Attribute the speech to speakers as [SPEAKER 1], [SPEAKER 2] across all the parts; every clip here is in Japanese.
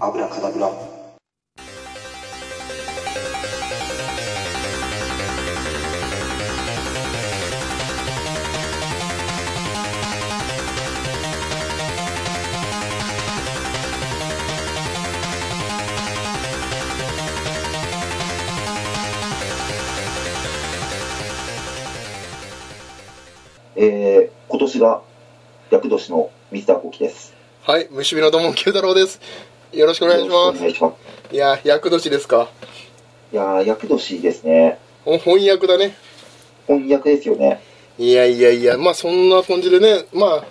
[SPEAKER 1] アブラカダブラえー、今年が厄年の水田幸喜です
[SPEAKER 2] はい、虫火のどもん九太郎です。よろしくお願いし
[SPEAKER 1] よろしくお
[SPEAKER 2] ます。
[SPEAKER 1] 願いします
[SPEAKER 2] いや、役年ですか。
[SPEAKER 1] いやー厄年ですね
[SPEAKER 2] お翻訳だね。
[SPEAKER 1] 翻訳ですよね
[SPEAKER 2] いやいやいや、まあそんな感じでね、まあ、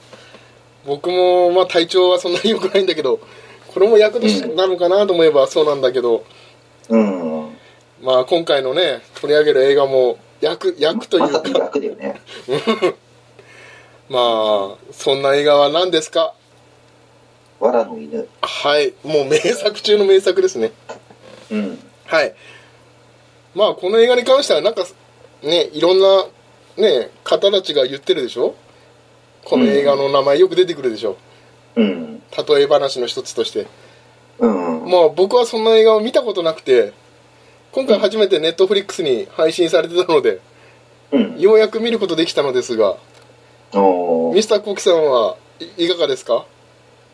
[SPEAKER 2] 僕も、まあ体調はそんなに良くないんだけど、これも役年なのかなと思えばそうなんだけど、
[SPEAKER 1] うん
[SPEAKER 2] まあ今回のね、取り上げる映画も、役、役とい
[SPEAKER 1] ま
[SPEAKER 2] う
[SPEAKER 1] さに
[SPEAKER 2] か、
[SPEAKER 1] 役だよね
[SPEAKER 2] まあ、そんな映画は何ですか
[SPEAKER 1] わらの犬
[SPEAKER 2] はい、もう名作中の名作ですね。
[SPEAKER 1] うん
[SPEAKER 2] はい。まあ、この映画に関しては、なんか、ね、いろんな、ね、方たちが言ってるでしょこの映画の名前よく出てくるでしょ
[SPEAKER 1] うん
[SPEAKER 2] 例え話の一つとして。
[SPEAKER 1] うん
[SPEAKER 2] まあ、僕はそんな映画を見たことなくて、今回初めてネットフリックスに配信されてたので、
[SPEAKER 1] うん
[SPEAKER 2] ようやく見ることできたのですが、
[SPEAKER 1] おー
[SPEAKER 2] ミスターコキさんはいいかがですか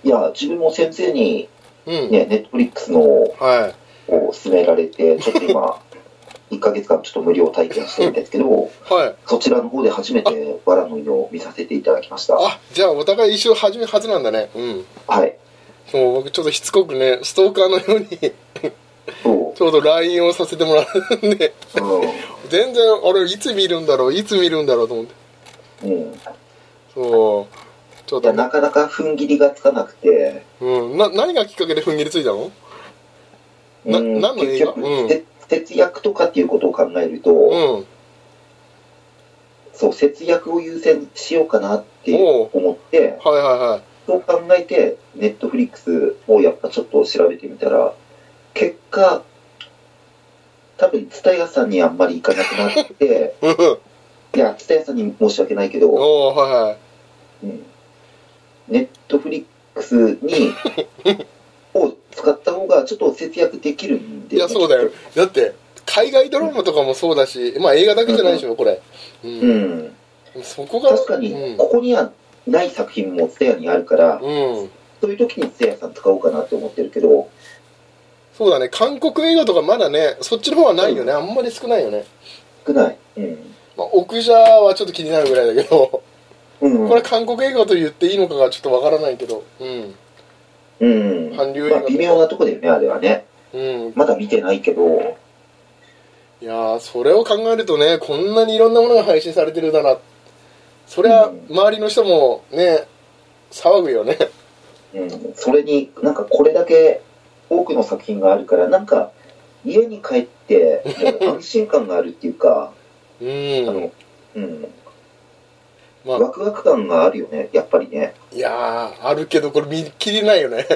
[SPEAKER 1] いや自分も先生に
[SPEAKER 2] うん。
[SPEAKER 1] ねネットフリックスのを
[SPEAKER 2] はい。
[SPEAKER 1] 勧められ てちょっと今1ヶ月間ちょっと無料体験してるんですけど
[SPEAKER 2] はい。
[SPEAKER 1] そちらの方で初めてわらの犬を見させていただきましたは
[SPEAKER 2] あ、じゃあお互い一緒始めはずなんだね。うん。
[SPEAKER 1] い
[SPEAKER 2] もう僕ちょっとしつこくね、ストーカーのように
[SPEAKER 1] そう
[SPEAKER 2] ちょうど LINE をさせてもらうんで、
[SPEAKER 1] う
[SPEAKER 2] 全然、あれ、いつ見るんだろう、いつ見るんだろうと思って。
[SPEAKER 1] ん、うん、い
[SPEAKER 2] そう。ちょっ
[SPEAKER 1] や
[SPEAKER 2] と、
[SPEAKER 1] なかなか踏ん切りがつかなくて、
[SPEAKER 2] うん。な、何がきっかけで踏ん切りついたのな
[SPEAKER 1] うん、
[SPEAKER 2] 何の
[SPEAKER 1] 結
[SPEAKER 2] 映画
[SPEAKER 1] 局、
[SPEAKER 2] うん
[SPEAKER 1] せ節約とかっていうことを考えると、
[SPEAKER 2] うん。
[SPEAKER 1] そう節約を優先しようかなって
[SPEAKER 2] おう
[SPEAKER 1] 思って
[SPEAKER 2] はいはいはい。
[SPEAKER 1] そう考えてネットフリックスをやっぱちょっと調べてみたら結果多分蔦屋さんにあんまり行かなくなって
[SPEAKER 2] うん。
[SPEAKER 1] いや蔦屋さんに申し訳ないけど、
[SPEAKER 2] おー、はいはい。
[SPEAKER 1] うんネットフリックスにを使った方がちょっと節約できるんで
[SPEAKER 2] いや、そうだよ。だって、海外ドラマとかもそうだし、まあ映画だけじゃないでしょ、これ。う。
[SPEAKER 1] うんん
[SPEAKER 2] そこが、
[SPEAKER 1] 確か
[SPEAKER 2] う
[SPEAKER 1] に
[SPEAKER 2] ん
[SPEAKER 1] ここにはない作品も t s u にあるから、
[SPEAKER 2] うん。
[SPEAKER 1] そういう時に t s u さん使おうかなって思ってるけど
[SPEAKER 2] そうだね、韓国映画とかまだね、そっちの方はないよね、あんまり少ないよね。
[SPEAKER 1] 少ないうん、
[SPEAKER 2] まあ、奥者はちょっと気になるぐらいだけど。
[SPEAKER 1] うん、
[SPEAKER 2] これ韓国映画と言っていいのかがちょっとわからないけど、うん。
[SPEAKER 1] うん
[SPEAKER 2] 韓流映
[SPEAKER 1] ま
[SPEAKER 2] 画
[SPEAKER 1] あ、微妙なとこだよねあれはね
[SPEAKER 2] うん。
[SPEAKER 1] まだ見てないけど
[SPEAKER 2] いやー、それを考えるとね、こんなにいろんなものが配信されてるだな。そりゃ、
[SPEAKER 1] うん
[SPEAKER 2] 周りの人もね、騒ぐよね。
[SPEAKER 1] うん、それになんかこれだけ多くの作品があるからなんか家に帰 ってもう安心感があるっていうか
[SPEAKER 2] う
[SPEAKER 1] あ
[SPEAKER 2] ん。
[SPEAKER 1] の、うん、
[SPEAKER 2] まあ、
[SPEAKER 1] ワクワク感があるよねやっぱりね、
[SPEAKER 2] いやー、あるけど、これ見切れないよね。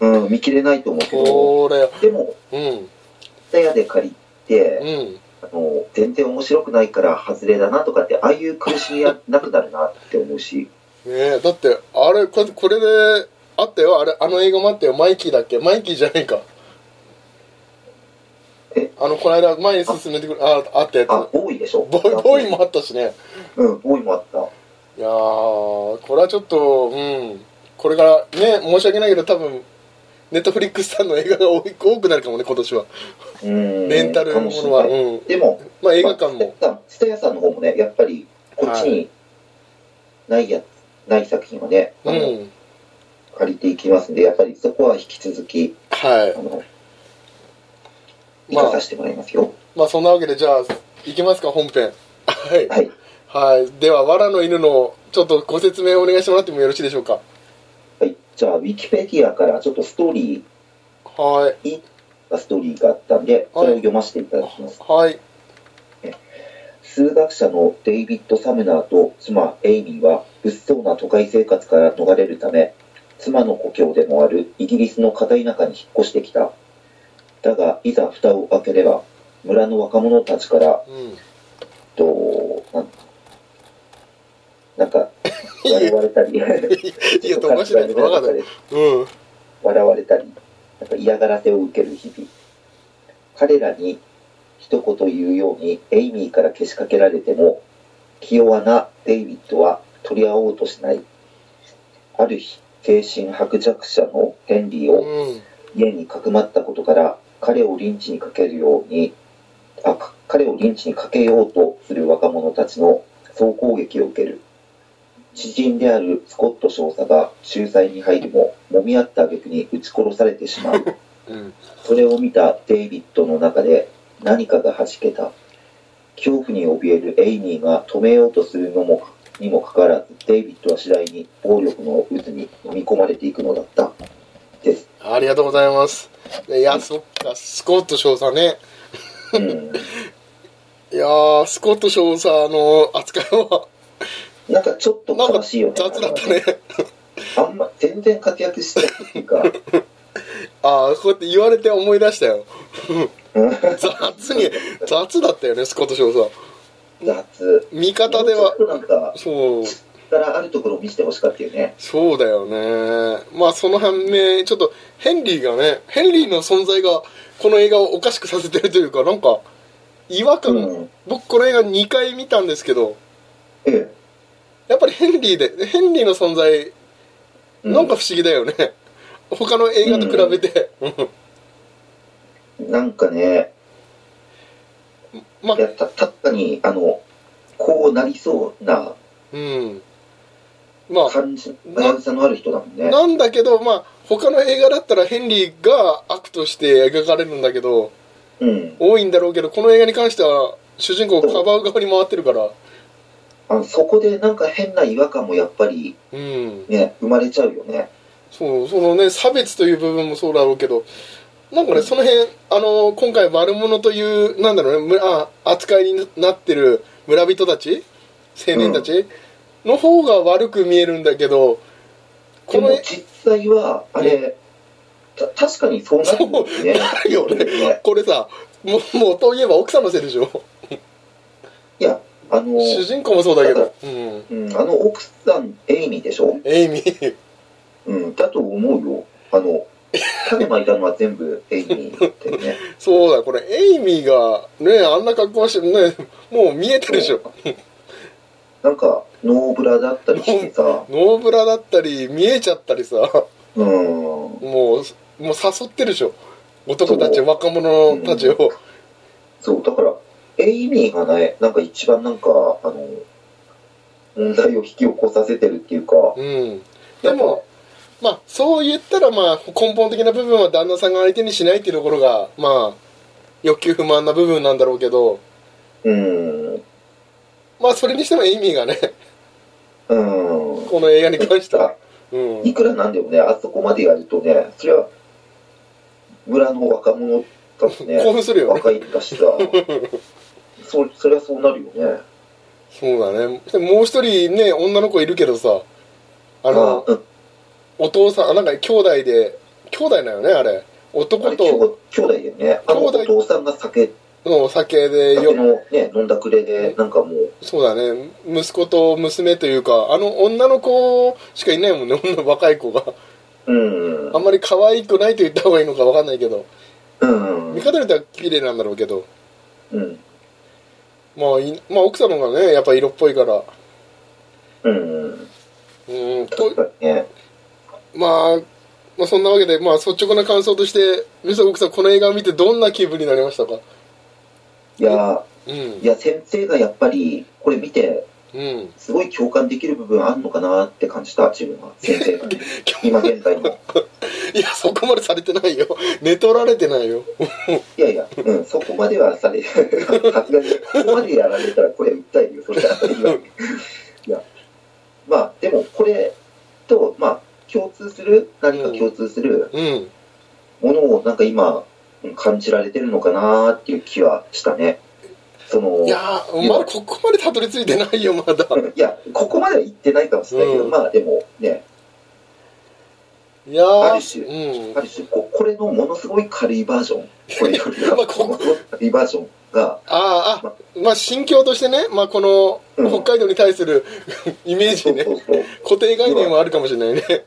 [SPEAKER 1] うん、見切れないと思うけど
[SPEAKER 2] これ、
[SPEAKER 1] でも
[SPEAKER 2] うん。
[SPEAKER 1] 蔦屋で借り
[SPEAKER 2] う
[SPEAKER 1] て
[SPEAKER 2] ん。
[SPEAKER 1] あの全然面白くないから外れだなとかってああいう苦しみはなくなるなって思うし
[SPEAKER 2] ねえ、だって、あれ、これこれで、あったよ、あれ、あの映画もあったよ。マイキーだっけマイキーじゃないか。
[SPEAKER 1] え
[SPEAKER 2] あの、この間、前に進めてくる、あ、あったやつ。
[SPEAKER 1] あボーイでしょ
[SPEAKER 2] ボーイ、ボーイもあったしね。
[SPEAKER 1] うんボーイもあった
[SPEAKER 2] いやー、これはちょっと、うん、これからね、申し訳ないけど、多分ネットフリックスさんの映画が多い多くなるかもね、今年は。
[SPEAKER 1] うん
[SPEAKER 2] レンタルのものは、
[SPEAKER 1] かしれない
[SPEAKER 2] うん。
[SPEAKER 1] でも
[SPEAKER 2] まあ映画館も。
[SPEAKER 1] まあスタヤさんの方もね、やっぱり、こっちにないやつ、ない作品をね、あ
[SPEAKER 2] う
[SPEAKER 1] の
[SPEAKER 2] ん。
[SPEAKER 1] 借りていきますんで、やっぱりそこは引き続き、あ
[SPEAKER 2] は
[SPEAKER 1] の、
[SPEAKER 2] い。
[SPEAKER 1] 行
[SPEAKER 2] ま
[SPEAKER 1] か
[SPEAKER 2] あ
[SPEAKER 1] さ、せてもらいますよ。
[SPEAKER 2] まあそんなわけで、じゃあ、行きますか、本編。はい。
[SPEAKER 1] はい。
[SPEAKER 2] はい。では、わらの犬の、ちょっとご説明をお願いしてもらってもよろしいでしょうか。
[SPEAKER 1] はい。じゃあ、ウィキペディアからちょっとストーリ
[SPEAKER 2] はい。
[SPEAKER 1] ー、ストーリーがあったんで、それを読ませていただきます。
[SPEAKER 2] はい。
[SPEAKER 1] 数学者のデイビッド・サムナーと妻エイミーは物騒な都会生活から逃れるため妻の故郷でもあるイギリスの片田舎に引っ越してきただがいざ蓋を開ければ村の若者たちから
[SPEAKER 2] うん。
[SPEAKER 1] となんなんか笑われたり
[SPEAKER 2] いや、おかしいな。わかんない。うん。
[SPEAKER 1] 笑われたりか嫌がらせを受ける日々彼らに一言言うようにエイミーからけしかけられても気弱なデイビッドは取り合おうとしないある日精神薄弱者のヘンリーを
[SPEAKER 2] うん
[SPEAKER 1] 家にかくまったことから彼をリンチにかけるようにあか彼をリンチにかけようとする若者たちの総攻撃を受ける知人であるスコット少佐が仲裁に入るも揉み合った挙句に撃ち殺されてしまう
[SPEAKER 2] うん
[SPEAKER 1] それを見たデイビッドの中で何かがはじけた恐怖に怯えるエイミーが止めようとするのもにもかかわらずデイビッドは次第に暴力の渦に飲み込まれていくのだったです、
[SPEAKER 2] ありがとうございますいやそっかスコット少佐ね
[SPEAKER 1] うん
[SPEAKER 2] いやースコット少佐の扱いは
[SPEAKER 1] なんかちょっと
[SPEAKER 2] なん
[SPEAKER 1] 悲
[SPEAKER 2] か
[SPEAKER 1] しいよね。
[SPEAKER 2] 雑だったね
[SPEAKER 1] あんま、全然活躍してないっていうか、
[SPEAKER 2] ああこうやって言われて思い出したよ
[SPEAKER 1] うん
[SPEAKER 2] 雑に雑だったよねスコット少佐
[SPEAKER 1] 雑。
[SPEAKER 2] 味方では
[SPEAKER 1] ちょっとなんか、
[SPEAKER 2] そう
[SPEAKER 1] 力あるところを見せてほしかったよね。
[SPEAKER 2] そうだよねまあその反面ちょっとヘンリーがねヘンリーの存在がこの映画をおかしくさせてるというかなんか違和感、
[SPEAKER 1] うん
[SPEAKER 2] 僕この映画2回見たんですけど
[SPEAKER 1] え
[SPEAKER 2] やっぱりヘンリーでヘンリーの存在
[SPEAKER 1] え。
[SPEAKER 2] なんか不思議だよね、他の映画と比べて、
[SPEAKER 1] うん、なんかね、
[SPEAKER 2] まあ
[SPEAKER 1] いやた、たったに、あの、こうなりそうな
[SPEAKER 2] うんまあ
[SPEAKER 1] 感じ、
[SPEAKER 2] な
[SPEAKER 1] 危うさのある人だもんね。
[SPEAKER 2] なんだけどまあ他の映画だったらヘンリーが悪として描かれるんだけど
[SPEAKER 1] うん。
[SPEAKER 2] 多いんだろうけどこの映画に関しては主人公をかばう側に回ってるから
[SPEAKER 1] あのそこでなんか変な違和感もやっぱり
[SPEAKER 2] うん
[SPEAKER 1] ね、生まれちゃうよね。
[SPEAKER 2] そうそのね差別という部分もそうだろうけどなんかねその辺あの今回悪者というなんだろうねむあ扱いになってる村人たち青年たち、の方が悪く見えるんだけ
[SPEAKER 1] で
[SPEAKER 2] どこの
[SPEAKER 1] も
[SPEAKER 2] 絵
[SPEAKER 1] 実際は、あれ、た確かにそうなるんですね。
[SPEAKER 2] るよ ねこれさもうもうといえば奥さんのせいでしょ
[SPEAKER 1] いや、あの、
[SPEAKER 2] 主人公もそうだけど、うん、
[SPEAKER 1] うん、あの奥さん、エイミーでしょ
[SPEAKER 2] エイミー
[SPEAKER 1] うん、だと思うよ。あの、種まいたのは全部エイミーだよね。
[SPEAKER 2] そうだこれエイミーがねあんな格好してねもう見えてるでしょ
[SPEAKER 1] なんか、ノーブラだったりしてさ、
[SPEAKER 2] ノーブラだったり見えちゃったりさ
[SPEAKER 1] うん、も
[SPEAKER 2] もうもう誘ってるでしょ男たち若者たちを、
[SPEAKER 1] そう、だから、エイミーがね、なんか一番なんか、あの、問題を引き起こさせてるっていうか、
[SPEAKER 2] うん、でもまあそう言ったらまあ根本的な部分は旦那さんが相手にしないっていうところがまあ欲求不満な部分なんだろうけど
[SPEAKER 1] うん、
[SPEAKER 2] まあそれにしてもエイミーがね
[SPEAKER 1] うん、
[SPEAKER 2] この映画に関しては、うん、
[SPEAKER 1] いくらなんでもね、あそこまでやるとね、それは、村の若者たちね、
[SPEAKER 2] 興奮するよね
[SPEAKER 1] 若いんだしさ、 そそりゃそうなるよね。
[SPEAKER 2] そうだねでもう一人ね女の子いるけどさあの
[SPEAKER 1] あうん
[SPEAKER 2] お父さんあなんか兄弟で兄弟だよねあれ
[SPEAKER 1] あ
[SPEAKER 2] 男
[SPEAKER 1] れ
[SPEAKER 2] と
[SPEAKER 1] 兄兄弟だよね。あの、
[SPEAKER 2] 兄
[SPEAKER 1] お
[SPEAKER 2] 弟
[SPEAKER 1] 父さんが酒、
[SPEAKER 2] のお酒で
[SPEAKER 1] 酒
[SPEAKER 2] よ
[SPEAKER 1] のね、飲んだくれで、なんかもう、
[SPEAKER 2] そうだね息子と娘というかあの女の子しかいないもんね 女の若い子が
[SPEAKER 1] うん、
[SPEAKER 2] あんまり可愛くないと言った方がいいのかわかんないけど
[SPEAKER 1] うん
[SPEAKER 2] 見、方によっては綺麗なんだろうけど
[SPEAKER 1] うん、
[SPEAKER 2] まあ、いまあ奥様がねやっぱ色っぽいから
[SPEAKER 1] うん、
[SPEAKER 2] うんと
[SPEAKER 1] 確かにね。
[SPEAKER 2] まあ、まあそんなわけで、まあ、率直な感想としてミソ奥さんこの映画を見てどんな気分になりましたか
[SPEAKER 1] いや、
[SPEAKER 2] うん
[SPEAKER 1] いや、先生がやっぱり、これ見て、
[SPEAKER 2] うん
[SPEAKER 1] すごい共感できる部分あんのかなって感じた、自分は。先生 が。今現在も。
[SPEAKER 2] いやそこまでされてないよ寝取られてないよ
[SPEAKER 1] いやいや、うん、そこまではされ、さすがに、ここまでやられたらこれ訴えるよ、それは。いや、まあ、でもこれと、まあ、共通する、何か共通する
[SPEAKER 2] うん
[SPEAKER 1] ものを、なんか今、うん感じられてるのかなっていう気はしたね。その、
[SPEAKER 2] いやーまだここまでたどり着いてないよまだ
[SPEAKER 1] うんいやここまでは言ってないかもしれないけど、
[SPEAKER 2] うん
[SPEAKER 1] まあでもね、
[SPEAKER 2] いや
[SPEAKER 1] ある種
[SPEAKER 2] ーうん
[SPEAKER 1] ある種こ、これのものすごい軽いバージョン、これよりは、
[SPEAKER 2] まあこ
[SPEAKER 1] ものすごい軽いバージョンが、
[SPEAKER 2] あーあまあ心境としてね、まあ、この
[SPEAKER 1] うん
[SPEAKER 2] 北海道に対する イメージ
[SPEAKER 1] そう
[SPEAKER 2] ね
[SPEAKER 1] そうそう。
[SPEAKER 2] 固定概念はあるかもしれないね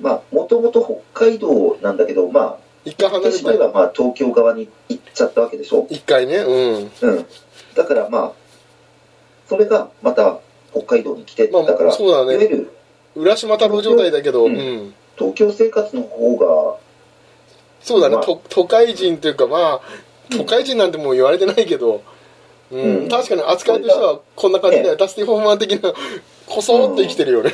[SPEAKER 1] まあ、もともと北海道なんだけど、まあ、
[SPEAKER 2] 一回離
[SPEAKER 1] 言っ
[SPEAKER 2] れ
[SPEAKER 1] てしまえ
[SPEAKER 2] て
[SPEAKER 1] ば、まあ、東京側に行っちゃったわけでしょ。
[SPEAKER 2] 一回ねうん
[SPEAKER 1] うん。だからまあ、それがまた北海道に来て、
[SPEAKER 2] まあ
[SPEAKER 1] だから、
[SPEAKER 2] そうだね
[SPEAKER 1] いわゆる
[SPEAKER 2] 浦島太郎状態だけど、う
[SPEAKER 1] うんん東京生活の方が、
[SPEAKER 2] そうだね、
[SPEAKER 1] まあ
[SPEAKER 2] と都会人というかまあ
[SPEAKER 1] うん
[SPEAKER 2] 都会人なんてもう言われてないけど、うん
[SPEAKER 1] うん
[SPEAKER 2] 確かに扱いとしてはこんな感じだよ、
[SPEAKER 1] え
[SPEAKER 2] ダスティ・ホーマン的なこそーっと生きてるよね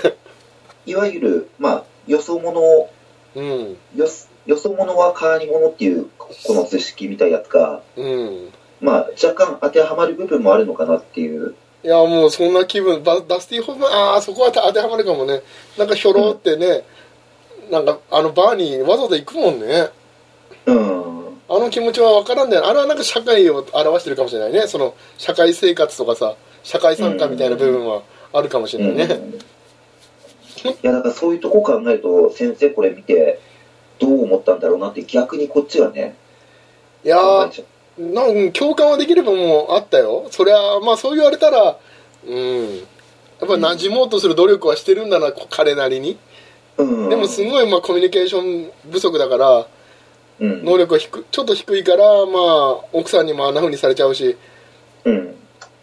[SPEAKER 1] いわゆる、まあ、よそ者、
[SPEAKER 2] うん
[SPEAKER 1] よそよそ者は変わり者っていう、この図式みたいなやつが、
[SPEAKER 2] うん
[SPEAKER 1] まあ、若干当てはまる部分もあるのかなっていう。
[SPEAKER 2] いやもうそんな気分バダスティ・ホーマンああーそこは当てはまるかもねなんかひょろってね、なんかあのバーにわざわざ行くもんね
[SPEAKER 1] うん。
[SPEAKER 2] あの気持ちは分からんだよねあれはなんか社会を表してるかもしれないねその社会生活とかさ社会参加みたいな部分はあるかもしれないね、
[SPEAKER 1] うんいやだからそういうとこ考えると先生これ見てどう思ったんだろうなって逆にこっちはね
[SPEAKER 2] いや
[SPEAKER 1] 考え
[SPEAKER 2] ー
[SPEAKER 1] ちゃう
[SPEAKER 2] なんうん共感はできればもうあったよそりゃまあそう言われたらうんやっぱ馴染もうとする努力はしてるんだなこ彼なりに
[SPEAKER 1] うん、
[SPEAKER 2] でもすごいまあコミュニケーション不足だから
[SPEAKER 1] うん
[SPEAKER 2] 能力は低ちょっと低いからまあ奥さんにもあんな風にされちゃうし
[SPEAKER 1] うん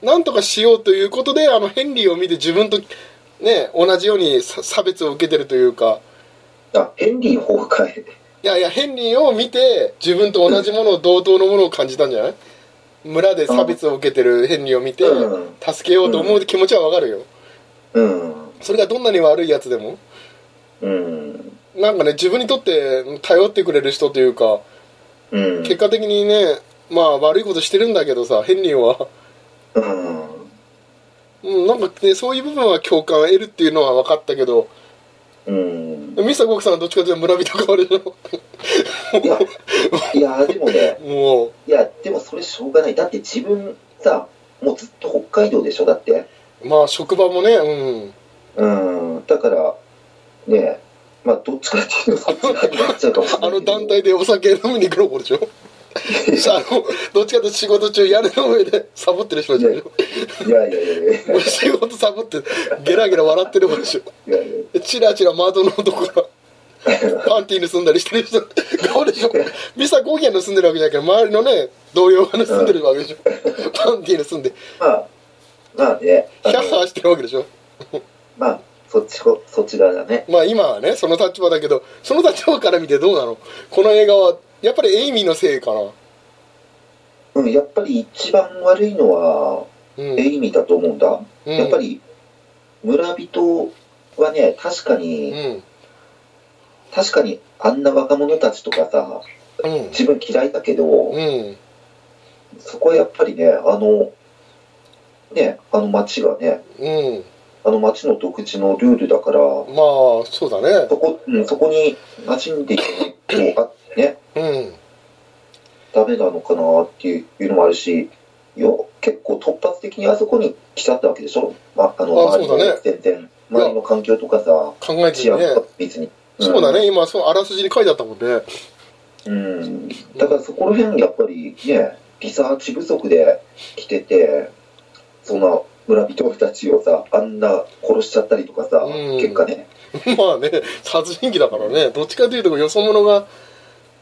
[SPEAKER 2] なんとかしようということであのヘンリーを見て自分とね同じようにさ差別を受けてるというか
[SPEAKER 1] あヘンリー崩壊
[SPEAKER 2] いやいやヘンリーを見て自分と同じものを同等のものを感じたんじゃない村で差別を受けてるヘンリーを見て
[SPEAKER 1] うん
[SPEAKER 2] 助けようと思う気持ちはわかるよ
[SPEAKER 1] うん
[SPEAKER 2] それがどんなに悪いやつでも
[SPEAKER 1] うん
[SPEAKER 2] なんかね自分にとって頼ってくれる人というか
[SPEAKER 1] うん
[SPEAKER 2] 結果的にねまあ悪いことしてるんだけどさヘンリーは、
[SPEAKER 1] うん
[SPEAKER 2] うん、なんかねそういう部分は共感を得るっていうのは分かったけど
[SPEAKER 1] うん
[SPEAKER 2] ミスターゴクさんはどっちかというと村人変わる
[SPEAKER 1] いやいやでもね
[SPEAKER 2] の も
[SPEAKER 1] いやでもそれしょうがないだって自分さもうずっと北海道でしょだって
[SPEAKER 2] うまあ職場もねうん
[SPEAKER 1] うんだからねえまあどっちかっていうとそっち側になっちゃうかもしれない
[SPEAKER 2] あの
[SPEAKER 1] けど
[SPEAKER 2] 団体でお酒飲みに行くのこれでしょあのどっちかというと仕事中屋根の上で サボってる人じゃん
[SPEAKER 1] ね いやいやいやいや
[SPEAKER 2] 俺仕事サボってゲラゲラ笑ってる方でしょ
[SPEAKER 1] いやいや
[SPEAKER 2] チラチラ窓の男がパンティー盗んだりしてる人顔でしょミサコーヒーは盗んでるわけじゃないけど周りのね同僚が盗んでるわけでしょパンティー盗んで
[SPEAKER 1] まあ、まあね、
[SPEAKER 2] ヒ
[SPEAKER 1] あ
[SPEAKER 2] ャッハ
[SPEAKER 1] の
[SPEAKER 2] ーしてるわけでしょ
[SPEAKER 1] まあ、そっちこ、そっち側だね。
[SPEAKER 2] まあ今はねその立場だけどその立場から見てどうなのこの映画はやっぱりエイミーのせいかな
[SPEAKER 1] うん、やっぱり一番悪いのは、
[SPEAKER 2] うん
[SPEAKER 1] エイミーだと思うんだ。
[SPEAKER 2] うん
[SPEAKER 1] やっぱり、村人はね、確かに、
[SPEAKER 2] うん
[SPEAKER 1] 確かにあんな若者たちとかさ、
[SPEAKER 2] うん
[SPEAKER 1] 自分嫌いだけど、
[SPEAKER 2] うん
[SPEAKER 1] そこはやっぱりね、あの、ね、あの町がね、
[SPEAKER 2] うん
[SPEAKER 1] あの町の独自のルールだから、
[SPEAKER 2] まあそうだね
[SPEAKER 1] そこ、うん、そこに馴染んでいくのがあってね、
[SPEAKER 2] うん
[SPEAKER 1] ダメなのかなっていうのもあるし、よ結構突発的にあそこに来ちゃったわけでしょ、まあの
[SPEAKER 2] あ
[SPEAKER 1] 周り
[SPEAKER 2] そうだ
[SPEAKER 1] の
[SPEAKER 2] ね
[SPEAKER 1] 全然、周りの環境とかさ、
[SPEAKER 2] 考えて
[SPEAKER 1] 治
[SPEAKER 2] る
[SPEAKER 1] 安
[SPEAKER 2] ね
[SPEAKER 1] とか別に。ん
[SPEAKER 2] そうだね今そうあらすじに書いてあったもんね
[SPEAKER 1] うん、だからそこら辺やっぱりね、リサーチ不足で来てて、そんな村人たちをさ、あんな殺しちゃったりとかさ、
[SPEAKER 2] うん
[SPEAKER 1] 結果ね、
[SPEAKER 2] まあね殺人鬼だからねどっちかというとよそ者が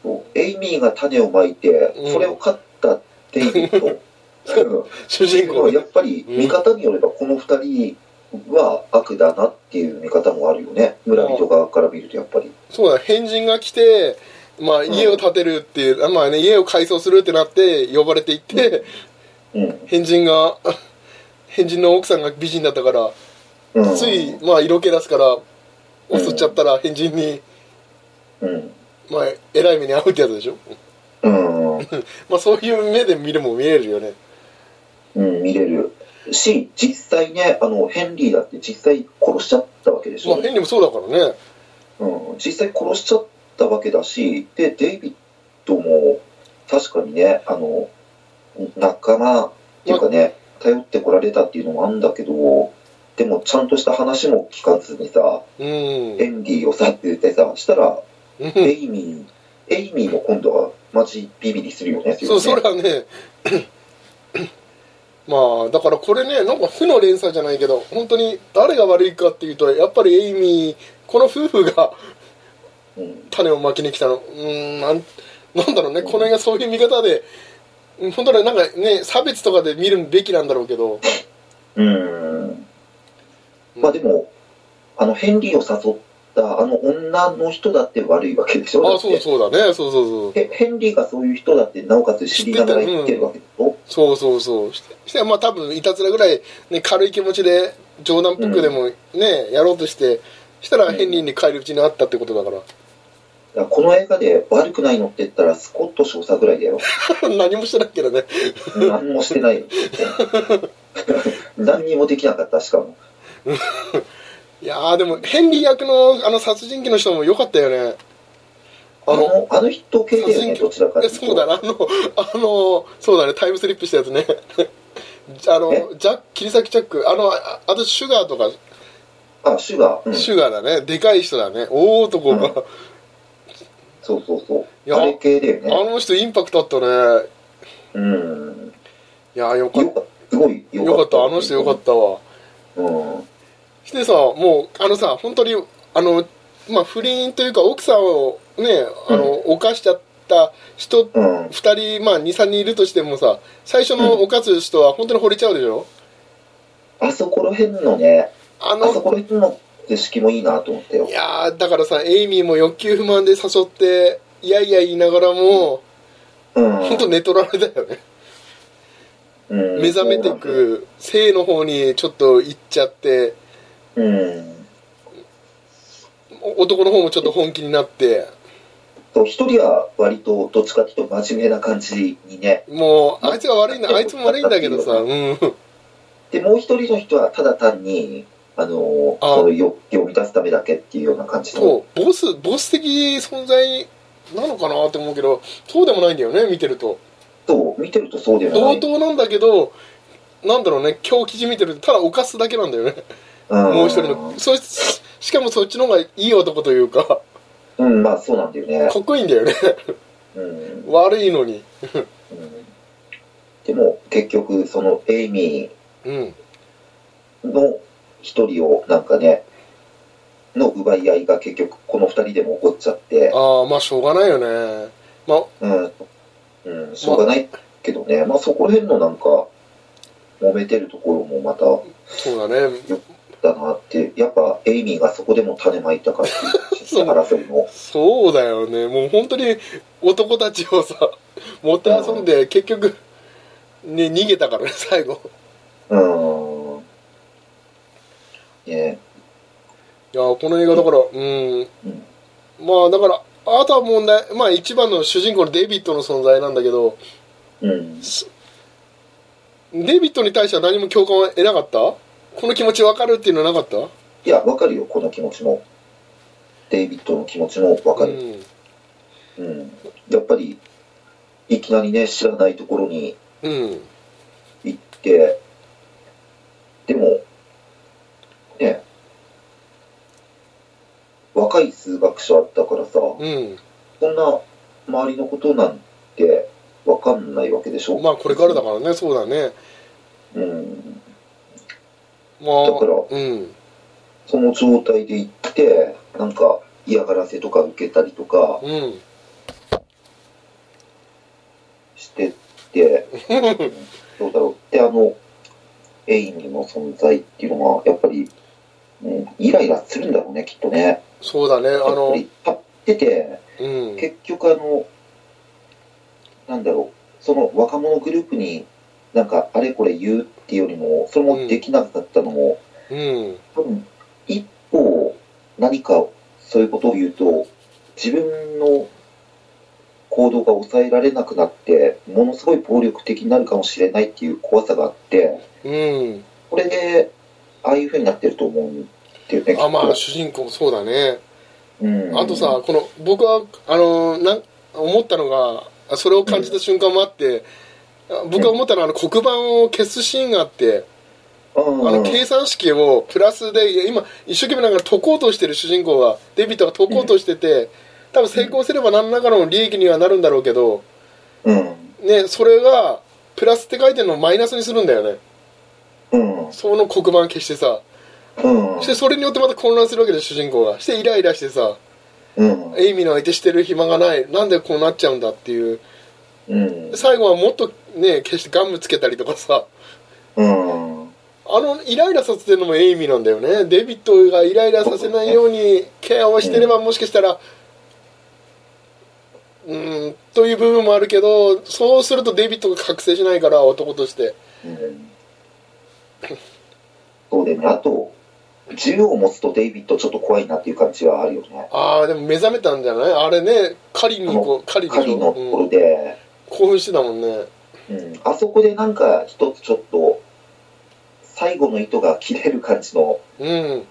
[SPEAKER 1] こうエイミーが種をまいて
[SPEAKER 2] うん、
[SPEAKER 1] それを勝ったっていう と、うん
[SPEAKER 2] 主人公
[SPEAKER 1] やっぱり見方によればこの2人は悪だなっていう見方もあるよね村人側から見るとやっぱり
[SPEAKER 2] そうだ変人が来て、まあ、
[SPEAKER 1] ん
[SPEAKER 2] 家を建てるっていう、あまあね、家を改装するってなって呼ばれていって
[SPEAKER 1] うん、
[SPEAKER 2] 変人が 変人の奥さんが美人だったから
[SPEAKER 1] うん、
[SPEAKER 2] つい、まあ、色気出すから襲っちゃったら変人に、
[SPEAKER 1] うん
[SPEAKER 2] まあ、えらい目に遭うってやつでしょ、
[SPEAKER 1] うん、
[SPEAKER 2] まあ、そういう目で見るも見れるよね
[SPEAKER 1] うん、見れるし実際ねあのヘンリーだって実際殺しちゃったわけでし
[SPEAKER 2] まあ
[SPEAKER 1] ょ、
[SPEAKER 2] 変にもそうだからね
[SPEAKER 1] うん、実際殺しちゃったわけだしでデイビッドも確かにねあの仲間っていうかね頼ってこられたっていうのもあるんだけどでもちゃんとした話も聞かずにさヘ
[SPEAKER 2] う
[SPEAKER 1] ンリーをさって言ってさ、したら、
[SPEAKER 2] ん
[SPEAKER 1] エイミー、エイミーも今度はマジビビりするよね、
[SPEAKER 2] そうそ
[SPEAKER 1] れ
[SPEAKER 2] れ
[SPEAKER 1] はね
[SPEAKER 2] はね まあだからこれねなんか負の連鎖じゃないけど本当に誰が悪いかっていうとやっぱりエイミーこの夫婦が
[SPEAKER 1] うん
[SPEAKER 2] 種をまきに来たのうーんなんなんだろうねこの辺がそういう見方でうん本当になんかね差別とかで見るべきなんだろうけど、
[SPEAKER 1] うん。
[SPEAKER 2] うん
[SPEAKER 1] まあでも、あの、ヘンリーを誘ったあの女の人だって悪いわけでしょ
[SPEAKER 2] あそうそうだねそうそうそう
[SPEAKER 1] えヘンリーがそういう人だって、なおかつ知りながら言ってるわけでしょ、
[SPEAKER 2] そうそうそうしてしてまあ多分いたずらぐらい、ね、軽い気持ちで冗談っぽくでもね、やろうとしてしたら
[SPEAKER 1] うん
[SPEAKER 2] ヘンリーに帰り討ちにあったってことだか
[SPEAKER 1] だからこの映画で悪くないのって言ったら、スコット少佐ぐらいだよ。
[SPEAKER 2] ら何もしてないけどね
[SPEAKER 1] 何もしてないよ。 何にもできなかった、しかも。
[SPEAKER 2] いやーでもヘンリー役のあの殺人鬼の人も良かったよね
[SPEAKER 1] あ
[SPEAKER 2] あの
[SPEAKER 1] の、あの人系だよね、どちらか
[SPEAKER 2] え
[SPEAKER 1] とい
[SPEAKER 2] そうだなあのあのそうだねタイムスリップしたやつね あのジャック切り裂きジャックあのああとシュガーとか
[SPEAKER 1] あ、シュガー。うん。
[SPEAKER 2] シュガーだね、でかい人だね大男が、
[SPEAKER 1] そうそうそ。
[SPEAKER 2] いうや
[SPEAKER 1] あれ系だよね。
[SPEAKER 2] あの人インパクトあったね
[SPEAKER 1] うん。
[SPEAKER 2] いやーよかっ
[SPEAKER 1] よかった。すごい
[SPEAKER 2] たよかったあの人よかったわ
[SPEAKER 1] た。うん。
[SPEAKER 2] してさもうあのさ本当にあのまあ不倫というか奥さんをねあの、犯しちゃった人
[SPEAKER 1] うん。
[SPEAKER 2] 2人まあ23人いるとしてもさ最初の犯す人は本当に惚れちゃうでしょ
[SPEAKER 1] あそこら辺のね、
[SPEAKER 2] あ
[SPEAKER 1] あそ
[SPEAKER 2] の
[SPEAKER 1] こら辺の図式もいいなと思ったよ
[SPEAKER 2] い。やーだからさエイミーも欲求不満で誘っていやいや言いながらも
[SPEAKER 1] うん。
[SPEAKER 2] 本当寝取られだよね
[SPEAKER 1] うん
[SPEAKER 2] 目覚めてく性の方にちょっと行っちゃって
[SPEAKER 1] うん。
[SPEAKER 2] お男の方もちょっと本気になって
[SPEAKER 1] そう一人は割とどっちかっていうと真面目な感じにね。
[SPEAKER 2] もうあいつが悪いんだあいつも悪いんだけどさうん
[SPEAKER 1] で、もう一人の人はただ単に、あのー
[SPEAKER 2] あ
[SPEAKER 1] その欲求を満たすためだけっていうような感じの。
[SPEAKER 2] そうボスボス的存在なのかなって思うけどそうでもないんだよね見てると
[SPEAKER 1] そう、見てるとそうではな
[SPEAKER 2] 同
[SPEAKER 1] い。
[SPEAKER 2] 等なんだけどなんだろうね狂気じみてるただ犯すだけなんだよね
[SPEAKER 1] うん
[SPEAKER 2] もう一人のそししかもそっちの方がいい男というか か
[SPEAKER 1] うん、まあそうなんだよね。
[SPEAKER 2] っこいいんだよね
[SPEAKER 1] うん。うん
[SPEAKER 2] 悪いのに
[SPEAKER 1] でも結局、そのエイミ
[SPEAKER 2] うん
[SPEAKER 1] ーの一人をなんかね、の奪い合いが結局この二人でも起こっちゃって、
[SPEAKER 2] ああまあしょうがないよねまあ
[SPEAKER 1] うん、うん、しょうがないけどね、まあそこら辺のなんか、揉めてるところもまた
[SPEAKER 2] そうだね
[SPEAKER 1] だなって、やっぱエイミーがそこでも種まいたかっていう、
[SPEAKER 2] そう
[SPEAKER 1] 争いの。
[SPEAKER 2] そうだよねもう本当に男たちをさ もてあそんで結局ね逃げたからね最後
[SPEAKER 1] うん。ね
[SPEAKER 2] いやーこの映画だからうん
[SPEAKER 1] うん
[SPEAKER 2] まあだからあとは問題まあ一番の主人公のデイビッドの存在なんだけど
[SPEAKER 1] うん。
[SPEAKER 2] デイビッドに対しては何も共感は得なかったこの気持ち分かるっていうのはなかっ
[SPEAKER 1] いや、わかるよ、この気持ちも。デイビッドの気持ちもわ
[SPEAKER 2] た
[SPEAKER 1] か
[SPEAKER 2] う
[SPEAKER 1] る。
[SPEAKER 2] ん
[SPEAKER 1] うん。やっぱり、いきなりね、知らないところに
[SPEAKER 2] うん
[SPEAKER 1] 行って、でも、ね、若い数学者だからさ、
[SPEAKER 2] うん
[SPEAKER 1] そんな周りのことなんてわかんないわけでしょ。
[SPEAKER 2] まあこれからだからねそうだね
[SPEAKER 1] うん。
[SPEAKER 2] まあ
[SPEAKER 1] だから
[SPEAKER 2] うん
[SPEAKER 1] その状態で行って、なんか嫌がらせとか受けたりとか
[SPEAKER 2] うん
[SPEAKER 1] して って、どうだろう。で、あの、エイミーの存在っていうのは、やっぱり、うん、イライラするんだろうね、きっとね。
[SPEAKER 2] そうだねあ
[SPEAKER 1] やっぱ
[SPEAKER 2] の
[SPEAKER 1] り立ってて、
[SPEAKER 2] うん
[SPEAKER 1] 結局あの、なんだろう、その若者グループになんかあれこれ言うっていうよりも、それもできなかったのも、
[SPEAKER 2] うん
[SPEAKER 1] 多分、一歩何かそういうことを言うと、自分の行動が抑えられなくなって、ものすごい暴力的になるかもしれないっていう怖さがあって、
[SPEAKER 2] うん
[SPEAKER 1] これで、ああいう風になってると思うんっていうね。
[SPEAKER 2] あまあ
[SPEAKER 1] きっ
[SPEAKER 2] 主人公そうだね
[SPEAKER 1] とうん、
[SPEAKER 2] あとさ、この僕はあのなん思ったのがあそれを感じた瞬間もあって、あ僕は思ったのはあの黒板を消すシーンがあって、
[SPEAKER 1] うん、
[SPEAKER 2] あの計算式をプラスでいや今一生懸命なんか解こうとしてる主人公がデビットが解こうとしてて、多分成功すれば何らかの利益にはなるんだろうけど、
[SPEAKER 1] うん、
[SPEAKER 2] ね、それがプラスって書いてるのをマイナスにするんだよね
[SPEAKER 1] うん、
[SPEAKER 2] その黒板消してさ
[SPEAKER 1] うん
[SPEAKER 2] してそれによってまた混乱するわけで主人公がしてイライラしてさ
[SPEAKER 1] うん
[SPEAKER 2] エイミーの相手してる暇がないなんでこうなっちゃうんだっていう
[SPEAKER 1] うん
[SPEAKER 2] 最後はもっとね決してガムつけたりとかさ
[SPEAKER 1] うん
[SPEAKER 2] あのイライラさせてるのもエイミーなんだよねデビッドがイライラさせないようにケアをしてればもしかしたらうんという部分もあるけどそうするとデビッドが覚醒しないから男として
[SPEAKER 1] うんそうだよねあと銃を持つとデイビッドちょっと怖いなっていう感じはあるよね
[SPEAKER 2] ああでも目覚めたんじゃないあれね狩りに行こう狩りでし
[SPEAKER 1] 狩りのと
[SPEAKER 2] ょ、
[SPEAKER 1] こ
[SPEAKER 2] う
[SPEAKER 1] ろ
[SPEAKER 2] ん、
[SPEAKER 1] で、
[SPEAKER 2] 興奮してたもんね
[SPEAKER 1] うん、あそこでなんか一つちょっと最後の糸が切れる感じの
[SPEAKER 2] うん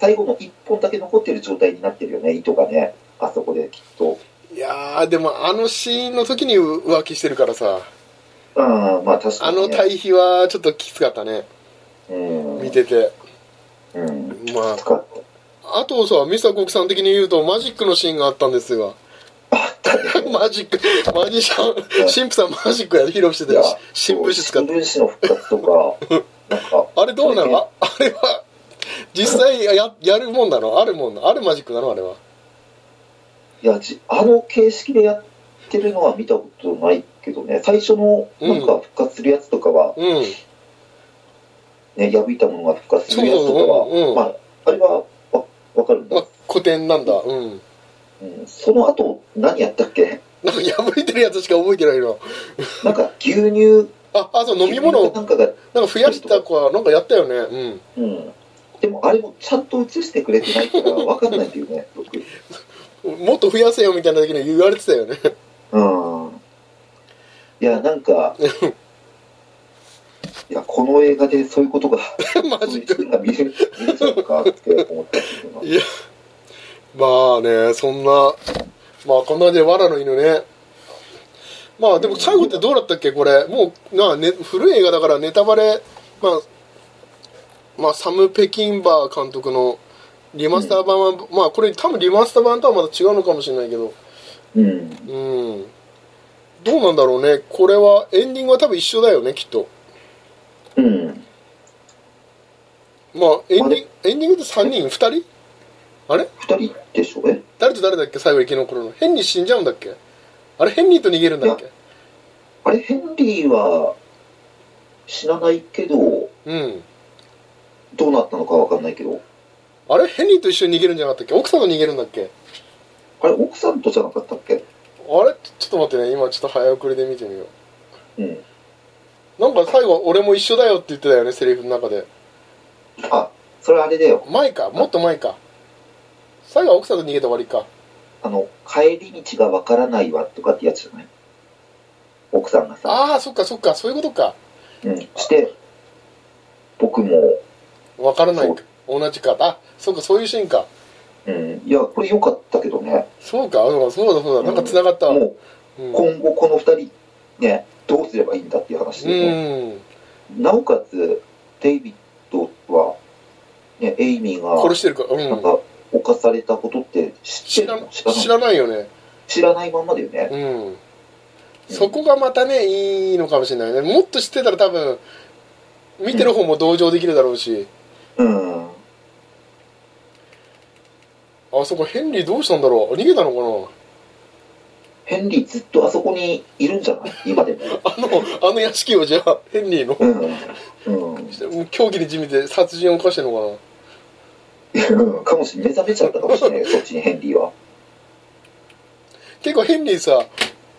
[SPEAKER 1] 最後の一本だけ残ってる状態になってるよね糸がねあそこできっと
[SPEAKER 2] いやーでもあのシーンの時に浮気してるからさ
[SPEAKER 1] うんまあ確か
[SPEAKER 2] あ
[SPEAKER 1] に、ね、
[SPEAKER 2] の対比はちょっときつかったね
[SPEAKER 1] うん
[SPEAKER 2] 見てて
[SPEAKER 1] うん
[SPEAKER 2] ま
[SPEAKER 1] 使っ
[SPEAKER 2] ああとさミスター国産的に言うとマジックのシーンがあったんですが
[SPEAKER 1] たあったね
[SPEAKER 2] マジックマジシャン神父さんマジックや披露してた
[SPEAKER 1] いや
[SPEAKER 2] よ新聞紙使って
[SPEAKER 1] 新聞紙の復活とかなんか
[SPEAKER 2] あれどうなのああれは実際ややるもんなのあるもんなのあるマジックなのあれはい
[SPEAKER 1] やじあの形式でやってるのは見たことないけどね最初のなんか復活するやつとかは、
[SPEAKER 2] うん
[SPEAKER 1] ね破いたものが復活するやつとか
[SPEAKER 2] そうそううんう
[SPEAKER 1] は、
[SPEAKER 2] ん
[SPEAKER 1] まあ、あれはわわかるんだ、
[SPEAKER 2] まあ古典なんだうん
[SPEAKER 1] うん、その後何やったっけ
[SPEAKER 2] なんか破いてるやつしか覚えてないの
[SPEAKER 1] なんか牛乳
[SPEAKER 2] ああ そう飲み物
[SPEAKER 1] 牛乳かなんかが、
[SPEAKER 2] なんか増やした子はなんかやったよねうん
[SPEAKER 1] うん、でもあれもちゃんと映してくれてない からわかんないんだよね僕
[SPEAKER 2] もっと増やせよみたいな時に言われてたよね
[SPEAKER 1] うんいやなん かいやこの映画でそういうことが
[SPEAKER 2] マ
[SPEAKER 1] そうい
[SPEAKER 2] ジ
[SPEAKER 1] う人が見れる見れちゃうのかって思ったけど
[SPEAKER 2] いやまあねそんなまあこんな感じで藁の犬ねまあでも最後ってどうだったっけこれもうなあ、ね、古い映画だからネタバレまあまあサム・ペキンバー監督のリマスター版は、まあこれ多分リマスター版とはまた違うのかもしれないけど
[SPEAKER 1] うん
[SPEAKER 2] うんどうなんだろうねこれはエンディングは多分一緒だよねきっと
[SPEAKER 1] うん
[SPEAKER 2] まあエン
[SPEAKER 1] あ
[SPEAKER 2] ディン
[SPEAKER 1] れ
[SPEAKER 2] グエンディングって3人2人あれ
[SPEAKER 1] 二人でしょえ
[SPEAKER 2] 誰と誰だっけ最後生き残るのヘンリー死んじゃうんだっけあれヘンリーと逃げるんだっけ
[SPEAKER 1] あれヘンリーは死なないけど
[SPEAKER 2] うん
[SPEAKER 1] どうなったのかわかんないけど
[SPEAKER 2] あれヘンリーと一緒に逃げるんじゃなかったっけ奥さんと逃げるんだっけ
[SPEAKER 1] あれ奥さんとじゃなかったっけ
[SPEAKER 2] あれちょっと待ってね今ちょっと早送りで見てみよ
[SPEAKER 1] うん
[SPEAKER 2] うなんか最後俺も一緒だよって言ってたよねセリフの中で
[SPEAKER 1] あそれあれだよ
[SPEAKER 2] 前かもっと前か最後は奥さんと逃げて終わりか
[SPEAKER 1] あの帰り道がわからないわとかってやつじゃない奥さんがさ、
[SPEAKER 2] ああそっかそっかそういうことか
[SPEAKER 1] うん、して僕も、
[SPEAKER 2] わからないか同じかあそっかそういうシーンか
[SPEAKER 1] うん、いやこれ良かったけどね
[SPEAKER 2] そうかそうだそうだそうだなんか繋がった
[SPEAKER 1] も
[SPEAKER 2] う
[SPEAKER 1] うん今後この二人ねどうすればいいんだっていう話で、ね
[SPEAKER 2] うん
[SPEAKER 1] なおかつデイビッドは、ね、エイミー
[SPEAKER 2] 殺
[SPEAKER 1] が
[SPEAKER 2] してるからう
[SPEAKER 1] なん
[SPEAKER 2] ん
[SPEAKER 1] か犯されたことって知っ
[SPEAKER 2] 知
[SPEAKER 1] て
[SPEAKER 2] ら
[SPEAKER 1] るの知らない
[SPEAKER 2] 知らないよね
[SPEAKER 1] 知らないままだよね、
[SPEAKER 2] うんそこがまたねいいのかもしれないねもっと知ってたら多分見てる方も同情できるだろうし、
[SPEAKER 1] うん、
[SPEAKER 2] あそこヘンリーどうしたんだろう逃げたの
[SPEAKER 1] ヘンリーずっとあそこにいるんじゃない今でも、
[SPEAKER 2] かなあのあの屋敷をじゃあヘンリーの
[SPEAKER 1] うんうん
[SPEAKER 2] 狂気にじみて殺人を犯してるのかな
[SPEAKER 1] うんかもしれない目覚めちゃったかもしれないよそっちにヘンリーは
[SPEAKER 2] 結構ヘンリーさ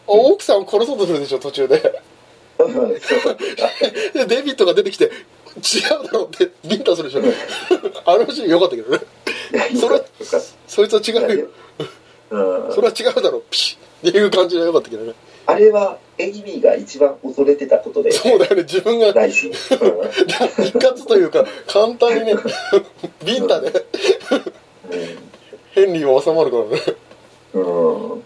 [SPEAKER 2] 奥さんを殺そうとするでしょ途中で
[SPEAKER 1] うんそう
[SPEAKER 2] でデビッドが出てきて違うだろうってビンタするでしょあのシーンよかったけどねそれそいつは違うよ
[SPEAKER 1] うん
[SPEAKER 2] それは違うだろうピシッっていう感じが良かったけどね
[SPEAKER 1] あれはエイミーが一番恐れてたことで
[SPEAKER 2] そうだよね自分が
[SPEAKER 1] 大事、うん
[SPEAKER 2] 一括というか簡単にねビンタでヘンリーは収まるからね
[SPEAKER 1] うんうん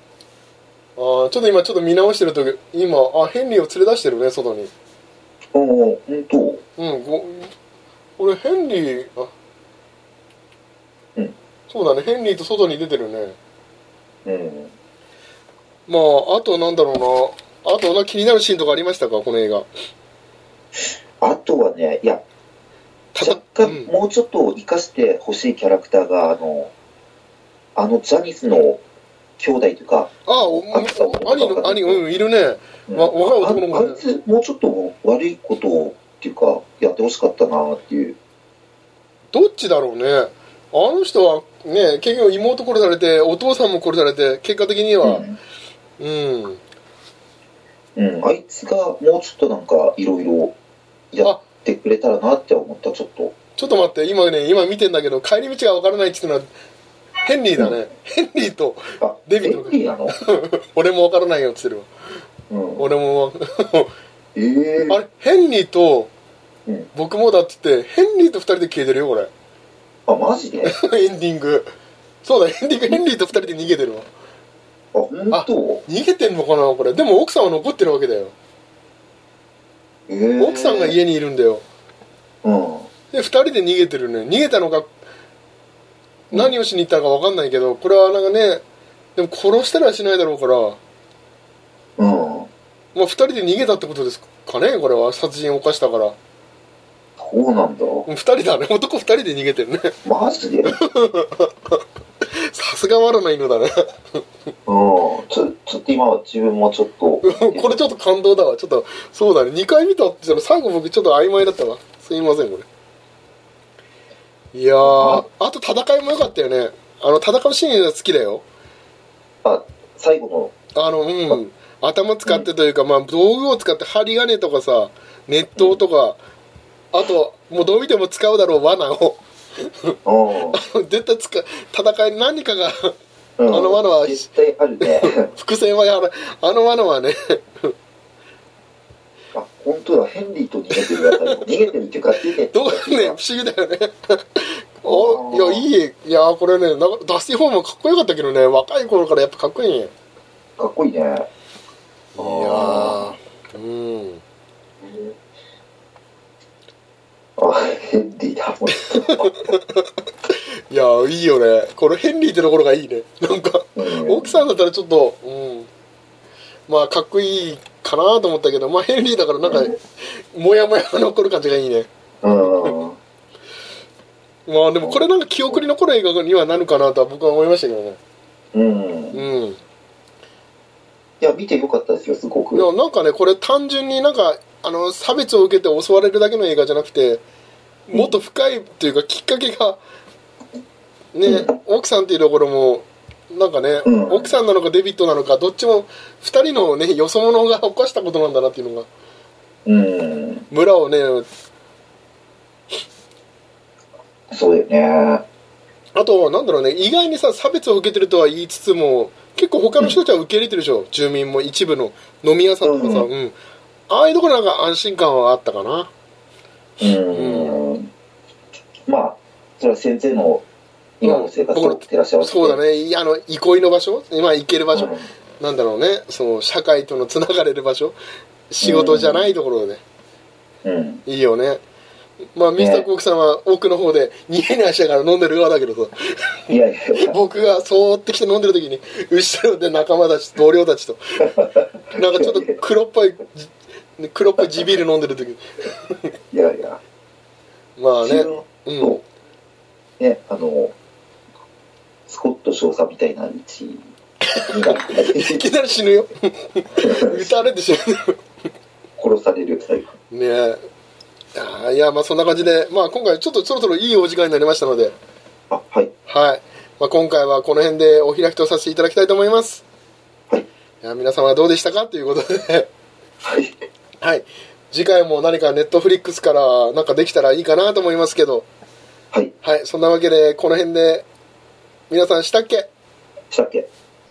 [SPEAKER 2] あーちょっと今ちょっと見直してる時今あヘンリーを連れ出してるね外に
[SPEAKER 1] おうんと、
[SPEAKER 2] うんご俺ヘンリーあ
[SPEAKER 1] うん
[SPEAKER 2] そうだねヘンリーと外に出てるね
[SPEAKER 1] うん、
[SPEAKER 2] まああとなんだろうなあとな気になるシーンとかありましたかこの映画
[SPEAKER 1] あとはね、いや、
[SPEAKER 2] たた
[SPEAKER 1] 若干
[SPEAKER 2] うん
[SPEAKER 1] もうちょっと生かしてほしいキャラクターが、あの、あのジャニスの兄弟というか、
[SPEAKER 2] あおお
[SPEAKER 1] あそう
[SPEAKER 2] 兄の兄うんいるねわ若い男の
[SPEAKER 1] あ
[SPEAKER 2] 子
[SPEAKER 1] あいつもうちょっと悪いことをっていうかやってほしかったなっていう
[SPEAKER 2] どっちだろうねあの人はね結局妹殺されてお父さんも殺されて結果的にはうん、
[SPEAKER 1] うん、あいつがもうちょっとなんかいろいろやってくれたらなって思ったちょっと
[SPEAKER 2] ちょっと待って今ね今見てんだけど帰り道が分からないっていうのはヘンリーだね、ヘンリーと
[SPEAKER 1] あ
[SPEAKER 2] デビッドの
[SPEAKER 1] デビなの、
[SPEAKER 2] 俺も分からないよって言ってるわ
[SPEAKER 1] うん、
[SPEAKER 2] 俺も
[SPEAKER 1] ええ
[SPEAKER 2] あれヘンリーと
[SPEAKER 1] うん
[SPEAKER 2] 僕もだって言ってヘンリーと二人で消えてるよこれ
[SPEAKER 1] あマジであ
[SPEAKER 2] エンディングそうだエンディングヘンリーと二人で逃げてるわ
[SPEAKER 1] 本当
[SPEAKER 2] 逃げてんのかなこれでも奥さんは残ってるわけだよ
[SPEAKER 1] ええ
[SPEAKER 2] 奥さんが家にいるんだよ
[SPEAKER 1] うん
[SPEAKER 2] で二人で逃げてるね逃げたのか何をしに行ったのか分かんないけどこれはなんかねでも殺したりはしないだろうから
[SPEAKER 1] うん
[SPEAKER 2] まあ、2人で逃げたってことですかねこれは殺人を犯したから
[SPEAKER 1] そうなんだ
[SPEAKER 2] 2人だね男2人で逃げてるね
[SPEAKER 1] マジでうん
[SPEAKER 2] さすがわらないのだね
[SPEAKER 1] ちょちょっと今は自分もちょっと
[SPEAKER 2] これちょっと感動だわちょっとそうだね2回見たって言ったら最後僕ちょっと曖昧だったわすいませんこれいやーあと戦いも良かったよねあの戦うシーンが好きだよ
[SPEAKER 1] あ最後の
[SPEAKER 2] あのうん頭使ってというか、まあ、道具を使って針金とかさ熱湯とか、あともうどう見ても使うだろう罠を
[SPEAKER 1] う
[SPEAKER 2] 絶対使う戦い何かが
[SPEAKER 1] ん、うん、
[SPEAKER 2] あの罠は
[SPEAKER 1] 絶対あるね
[SPEAKER 2] 伏線はやらあの罠はね
[SPEAKER 1] あ本当だヘンリーと逃げてるやつだよ逃げてるっていうか出てって
[SPEAKER 2] どうね不思議だよねおいやいいいやこれねなんかダスティ・ホームかっこよかったけどね若い頃からやっぱかっこいいねいや
[SPEAKER 1] かっこいいねいや
[SPEAKER 2] ーうん
[SPEAKER 1] あヘンリーだもうちょっと
[SPEAKER 2] いやいいよねこのヘンリーってところがいいねなんか
[SPEAKER 1] う
[SPEAKER 2] 奥さんだったらちょっとうんまあかっこいいかなと思ったけどまあヘンリーだからなんかモヤモヤが残る感じがいいね
[SPEAKER 1] うん
[SPEAKER 2] まあでもこれなんか記憶に残る映画にはなるかなとは僕は思いましたけどね
[SPEAKER 1] うんい
[SPEAKER 2] うん
[SPEAKER 1] や見てよかったですよすご
[SPEAKER 2] い
[SPEAKER 1] く
[SPEAKER 2] やなんかねこれ単純になんかあの差別を受けて襲われるだけの映画じゃなくてもっと深いっていうかきっかけがね奥さんっていうところもなんかね、
[SPEAKER 1] うん
[SPEAKER 2] 奥さんなのかデビットなのかどっちも2人のねよそ者が犯したことなんだなっていうのが
[SPEAKER 1] うん
[SPEAKER 2] 村をね
[SPEAKER 1] そうだよね
[SPEAKER 2] あとなんだろうね意外にさ差別を受けてるとは言いつつも結構他の人たちは受け入れてるでしょ、住民も一部の飲み屋さんとかさ、
[SPEAKER 1] う
[SPEAKER 2] うんああいうところなんか安心感はあったかな
[SPEAKER 1] うん、まあそれは先生の今の生活を照らし合わせて、
[SPEAKER 2] そうだねいやあの憩いの場所今行ける場所、
[SPEAKER 1] うん
[SPEAKER 2] なんだろうねその社会とのつながれる場所仕事じゃないところで、ね
[SPEAKER 1] うん
[SPEAKER 2] いいよねまあミスターコークさんは奥の方でニヤニヤしながら飲んでる側だけどさ
[SPEAKER 1] いやいやいや
[SPEAKER 2] 僕がそうってきて飲んでる時に後ろで仲間たち同僚たちとなんかちょっと黒っぽいじ黒っぽい地ビール飲んでる時
[SPEAKER 1] いやいや
[SPEAKER 2] まあね
[SPEAKER 1] 自分
[SPEAKER 2] うん
[SPEAKER 1] と、ねあのスコット少佐みたいな位置 になっ
[SPEAKER 2] い
[SPEAKER 1] て
[SPEAKER 2] きなり死ぬよ撃たれて死ぬ
[SPEAKER 1] 殺される最後
[SPEAKER 2] ねえあーいやまあそんな感じで、まあ、今回ちょっとそろそろいいお時間になりましたので、
[SPEAKER 1] あはい
[SPEAKER 2] はいまあ、今回はこの辺でお開きとさせていただきたいと思います
[SPEAKER 1] はい
[SPEAKER 2] いや皆様はどうでしたかということで
[SPEAKER 1] はい
[SPEAKER 2] はい次回も何かネットフリックスからなんかできたらいいかなと思いますけど
[SPEAKER 1] はい
[SPEAKER 2] はいそんなわけでこの辺で皆さんしたっけ
[SPEAKER 1] したっけ